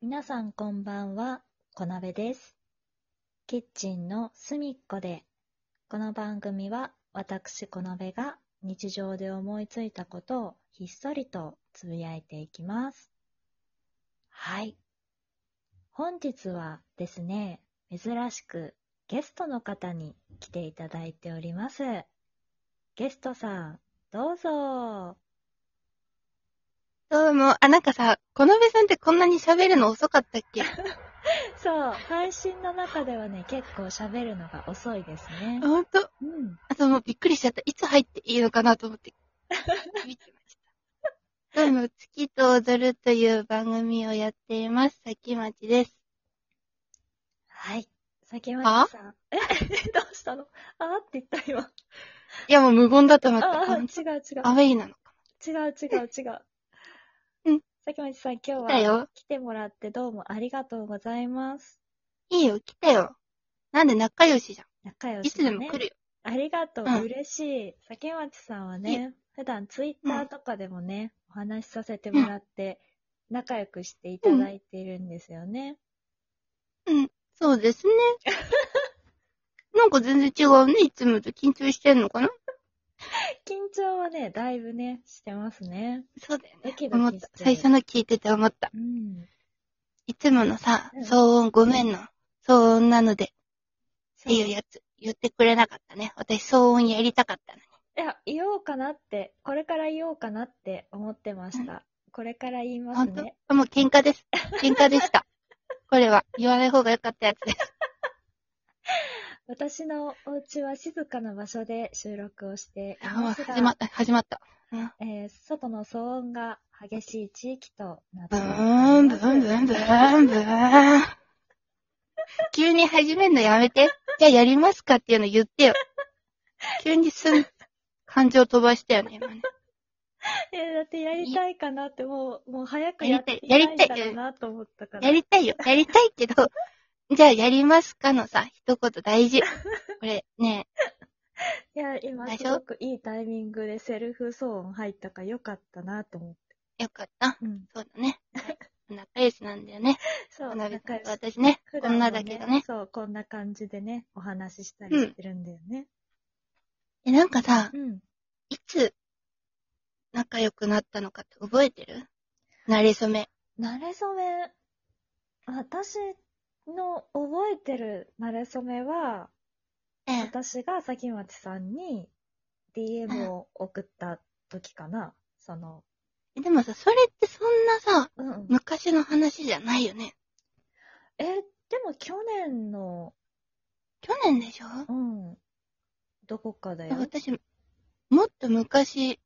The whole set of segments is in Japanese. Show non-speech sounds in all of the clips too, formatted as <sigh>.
皆さんこんばんは、こなべです。キッチンの隅っこで、この番組は私こなべが日常で思いついたことをひっそりとつぶやいていきます。はい。本日はですね、珍しくゲストの方に来ていただいております。ゲストさん、どうぞ。どうも、あ、なんかさ、このべさんってこんなに喋るの遅かったっけ <laughs> そう、配信の中ではね、結構喋るのが遅いですね。ほんとうん。あともうびっくりしちゃった。いつ入っていいのかなと思 <laughs> って。見てました。どうも、月と踊るという番組をやっています。さきまちです。はい。先まちさん。え、 <laughs> どうしたのあーって言った今。いや、もう無言だと思った。あああ、違うの違う。アウェイなのか。違う違う違う。うん。先まちさん、今来日たはよ。来てもらってどうもありがとうございます。いいよ、来たよ。なんで仲良しじゃ仲良ん。し、ね。いつでも来るよ。ありがとう、うん嬉しい。先町さんはいね、普段ツイッターとかでもね、お話しさせてもらって、仲良くしていただいているんですよね。そうですね。なんか全然違うね。いつもと緊張してんのかな緊張はね、だいぶね、してますね。そうだよね。ドキド思っキしてたる。。最初の聞いてて思った。うん。いつものさうん、騒音ごめんの。騒音なので、っそうていうやつ、言ってくれなかったね。私騒音やりたかったのに。いや、言おうかなって、これから言おうかなって思ってました。これから言います本当ね。あもう喧嘩 <laughs> です。喧嘩でした。これは、言わない方が良かったやつです。私のお家は静かな場所で収録をしていあ、もうますが、始まった、始まった。うん。えー外の騒音が激しい地域となってブおりーン、ブますーン、ブーン、ブーン、ブーン。急に始めんのやめて。じゃあやりますかっていうの言ってよ。急にすん、感情飛ばしたよね、今ね。え、だってやりたいかなって、もう、もう早くややっりたいていないんだやりたいろうなと思ったから。やりたいよ。やりたいけど、 <laughs> じゃあやりますかのさ、一言 <laughs> 大事。これね、いや、今でしすょごくいいタイミングでセルフ騒音入ったからよかったなと思って。よかった。うん。そうだね。仲良しなんだよね。そう、花火仲さん良とし。私ね、普段も女だけどね。そう、こんな感じでね、お話ししたりしてるんだよね。え、なんかさ、うん。いつ仲良くなったのかって覚えてる慣れ初め。慣れ初め、私の覚えてる慣れ初めは、ええ。私が先町さんに DM を送った時かな。その、えでもさ、それってそんなさ、うんうん。昔の話じゃないよね。え、でも去年の、去年でしょうん、どこかだよ。私、もっと昔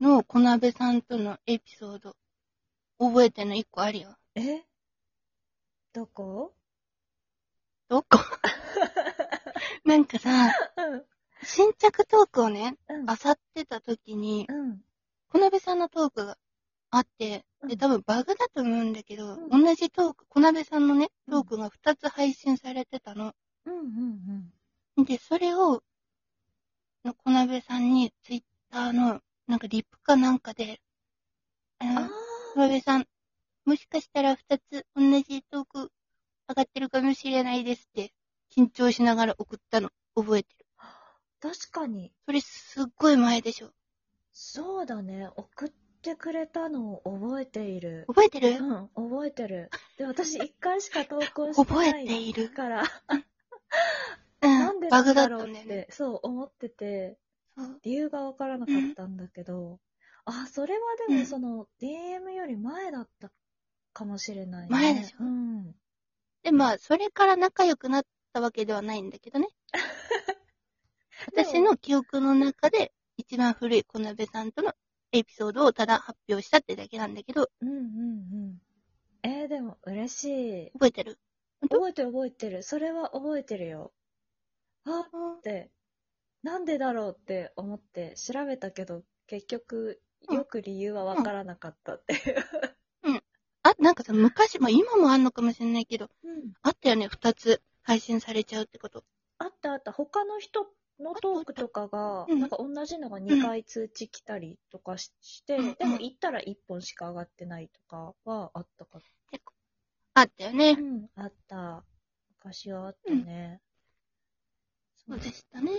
の小鍋さんとのエピソード、覚えてるの一個あるよ。えどこ <laughs> どこなんかさ、うん。新着トークをね、うん。漁ってた時に、うん。小鍋さんのトークがあって、うで、ん多分バグだと思うんだけど、うん同じトーク、小鍋さんのね、うんトークが2つ配信されてたの。うんうんで、それを、の小鍋さんに、ツイッターの、なんかリップかなんかで、あうん。のあ小鍋さん、もしかしたら2つ同じトーク上がってるかもしれないですって、緊張しながら送ったの、覚えてる。あ、確かに。それすっごい前でしょ。そうだね。送ってくれたのを覚えている。覚えてるうん、覚えてる。で、私一回しか投稿して覚なえていいる。から、うなんでん。なバんグだだっろたうんだっよね。て、そう思ってて、そう理由がわからなかったんだけど、あ、それはでうもんその DM より前だったかもしれないね。前でしょうん。で、まあ、それから仲良くなったわけではないんだけどね。 <laughs> でも私の記憶の中で、一番古い小鍋さんとのエピソードをただ発表したってだけなんだけど、うんうんうん。えー、でも嬉しい。覚えてる本当覚えてる覚えてる。それは覚えてるよ。あって、なんでだろうって思って調べたけど、結局、うんよく理由はわからなかったっていう。あ、なんかさ、昔、まあ今もあんのかもしれないけど、うん。あったよね、二つ配信されちゃうってこと。あったあった。他の人のトークとかが、うんなんか同じのが2回通知来たりとかしして、うんでも行ったら1本しか上がってないとかはあったか。ああったよねう。ん、あった。昔はあったね。そうでしたね。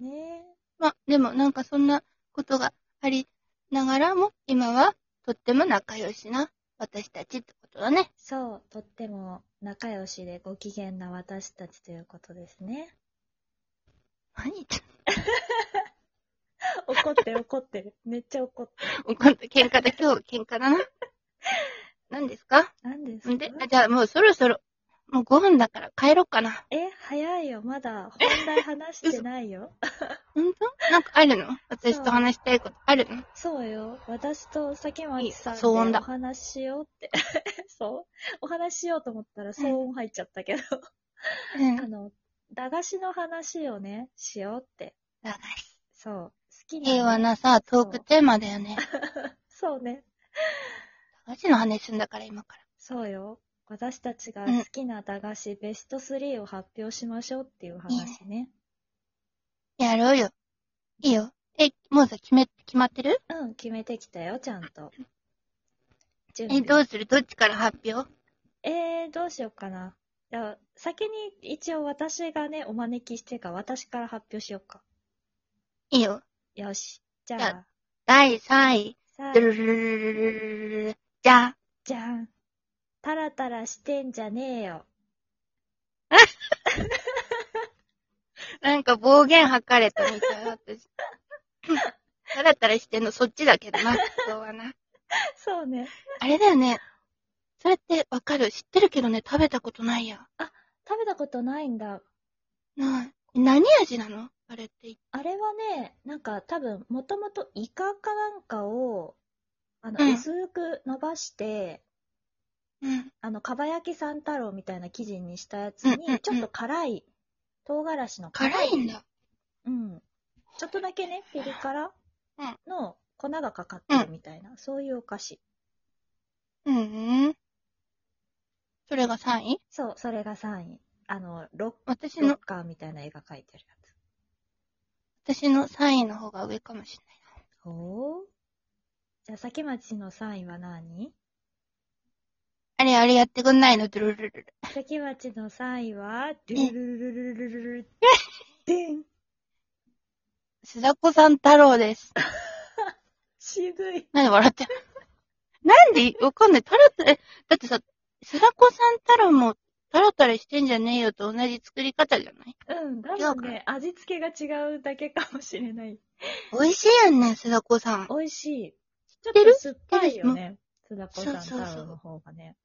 ね。まあ、でもなんかそんなことがありながらも、今はとっても仲良しな私たちってことだね。そう、とっても仲良しでご機嫌な私たちということですね。 <laughs> 何言ってん怒ってる怒ってる。めっちゃ怒ってる。の怒った。喧嘩だ。今日喧嘩だな。何ですか何ですかんで、あじゃあもうそろそろ、もう5分だから帰ろうかな。え、早いよ。まだ本題話してないよ。ほんとなんかあるの私と話したいことあるのそうよ。私と先町さんでいい騒音おだ話ししようって。 <laughs> そう。お話ししようと思ったら騒音入っちゃったけど。うん。あの、駄菓子の話をね、しようって。だからそう。好きな、ね。平和なさ、トークテーマだよね。そうね。駄菓子の話すんだから今から。そうよ。私たちがうん好きな駄菓子ベスト3を発表しましょうっていう話ね。やろうよ。いいよ。え、もうさ、決め、決まってるうん、決めてきたよ、ちゃんと。準え、どうするどっちから発表えー、どうしようかな。じゃあ先に一応私がね、お招きしてか、私から発表しようか。いいよ。よし。じじゃあ、第3位。さあドゥ、ルルルルルルルルルじゃあ、じゃん。タラタラしてんじゃねえよ。 <laughs> なんか暴言吐かれたみたい、私。たらたらしてんの、そっちだけどな、今日はな。そうね。あれだよね。それってわかる知ってるけどね、食べたことないや。食べたことないんだ。ない。何味なのあれって。あれはね、なんか多分、もともとイカかなんかを、あうの、ん薄く伸ばして、うん。あの、かば焼き三太郎みたいな生地にしたやつうんうんうんに、ちょっと辛い、唐辛子の辛いんだ。うん。ちょっとだけね、ピリ辛うんの粉がかかってるみたいな、そういうお菓子。うんうん。それが3位そう、それが3位。あの、ロ私ッロのッ、カーみたいな絵が描いてるやつ。私の3位の方が上かもしれほう。じゃあ、先町の3位は何ない。あれ、あれやってくんないのドゥルルルル。先町の3位は、ルルルルルルルルル、でん、須田子さん太郎です。 <laughs> 渋い。なんで笑ってんのなんで、わかんない。タラタラ、えだってさ、須田子さん太郎も、タラタラしてんじゃねえよと同じ作り方じゃないうん、多違う分かね、味付けが違うだけかもしれない。美味しいよね、須田子さん。美味しい。ちょてっると酸っぱいよね。須田子さん太そうそうそう郎の方がね。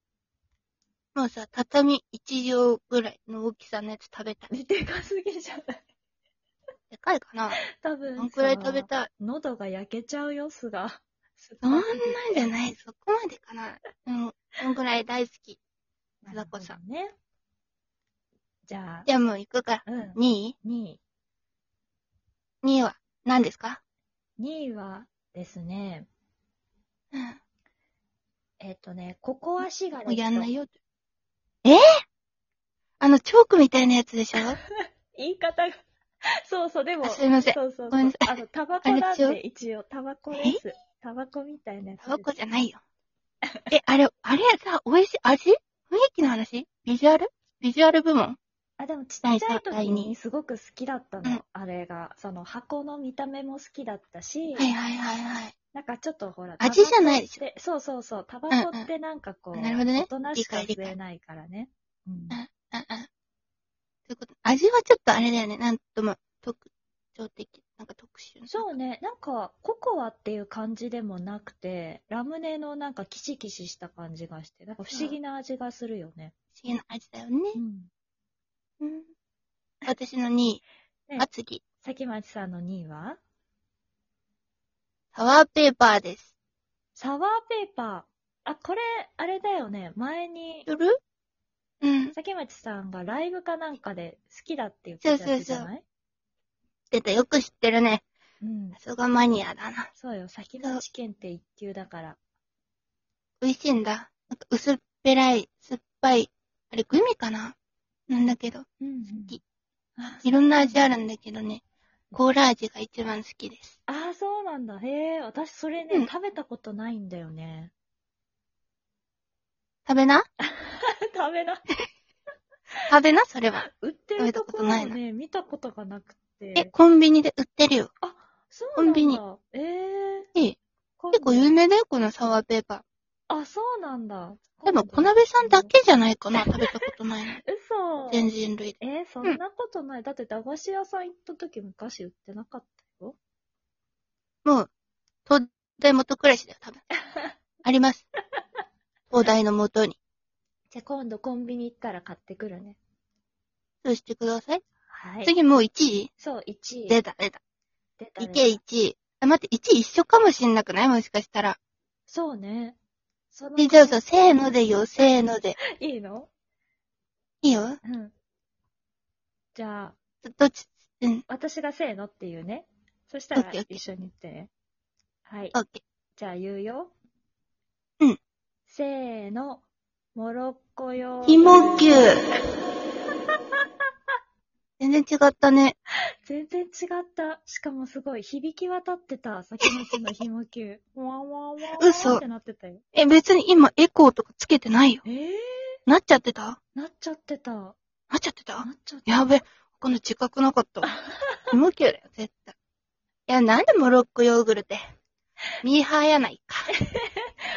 もうさ、畳1畳ぐらいの大きさのやつ食べたい。ででかすぎじゃないでかいかな多分どんくらい食べさたい喉が焼けちゃうよ、すが。 <laughs> すそんなんじゃない。そこまでかな。うん。そんくらい大好き。須田子さん。ん。ね。じゃあ、じゃあもう行くから。うん。 2位2位。 ?2 位は何ですか2位はですね、うん。もえっ、とね、ココアシガレット。うやんないよ。えーあの、チョークみたいなやつで <laughs> しょ言い方が。 <laughs> そうそう、でも、あそうすいません。そうそう。ごめんなさあの、タバコなんあれで、一応、タバコです。タバコみたいなやつです。タバコじゃないよ。え、あれ、あれさ、美味しい味雰囲気の話ビジュアルビジュアル部門あ、でもちっちゃい第時二にすごく好きだったの、うんあれが。その箱の見た目も好きだったし、はいはいはいはい。なんかちょっとほら、味じゃないでしょょそうそうそう、タバコってなんかこう、なるほどね大人しか理解理吸解えないからね。うんんうんうん。ということ、味はちょっとあれだよね。なんとも、特徴的、なんか特殊な。そうね、なんかココアっていう感じでもなくて、ラムネのなんかキシキシした感じがして、なんか不思議な味がするよね。不思議な味だよね。うん。うん。私の2位。ねあ、次。先町さんの2位はサワーペーパーです。サワーペーパー。あ、これ、あれだよね。前に、するうん。先町さんがライブかなんかで好きだって言ってたやつじゃない出た、よく知ってるね。うんさ。すがマニアだな。そうよ。先町県って一級だから。美味しいんだ。なんか薄っぺらい、酸っぱい。あれ、グミかななんだけど。うん、うん <laughs> 好き。あいろんな味あるんだけどね。コーラ味が一番好きです。あー、そうなんだ。へえ、私それね、うん食べたことないんだよね。食べな <laughs> 食べな。食べな、それは。売ってるところをね、見たことがなくて。え、、コンビニで売ってるよ。そうなんだ。コンビニ。ええええー。結構有名だよ、このサワーペーパあ、そうなんだ。ー。多分、小鍋さんだけじゃないかな、食べたことないの。嘘。全人類で。えー、そんなことない。だって駄菓子屋さん行った時昔売ってなかったよ。もう、東大元暮らしだよ、 <laughs> 多分。あります。東大の元に。じゃあ今度コンビニ行ったら買ってくるね。そうしてください。はい。次もう1位そう、1位。出た、出た。出たいねけ1位。あ、待って、1位一緒かもしんなくないもしかしたら。そうね。そので、じゃあさ、せーのでよ、せーので。 <laughs> いいのいいようん。じゃあ、どどっち、うん、私がせーのっていうね。そしたらオッケーオッケー一緒に言ってね。はいオ。ッケじゃあ言うよ。うん。せーの。モロッコよ。ー。ひもきゅう。全然違ったね。全然違った。しかもすごい、響き渡ってた、先のちのひも <laughs> きゅう。わんわんわんわん嘘ってなってたよ。え、別に今エコーとかつけてないよ。えー、なっちゃってたなっちゃってた。なっちゃってたなっちゃってた。やべ、この自覚なかったわ。ひもきゅうだよ、絶対。いや、なんでモロッコヨーグルト。ミーハーやないか。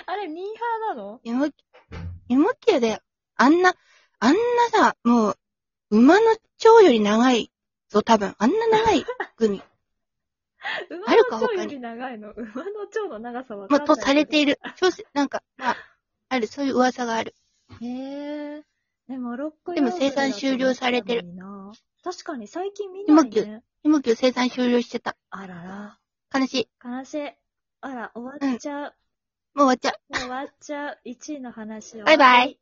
あれ、ミーハーなのひもきゅう、ひもきゅうだよ。あんな、あんなさ、もう、馬の腸より長いぞ、多分。あんな長いグミ。馬あるかの腸他よにり長いの。馬の腸の長さわかまんなあ、い。とされている。小説なんか、まあ、ある、そういう噂がある。へえ。ね、モロッコでも生産終了されてるヨーグルトだと思ったのにな。確かに最近見ないひもきゅね。ひもきゅう生産終了してた。あら悲しい。ら。悲しい。あら、終わっちゃう。もう終わっちゃう。もう終わっちゃう。1位の話を。バイバイ。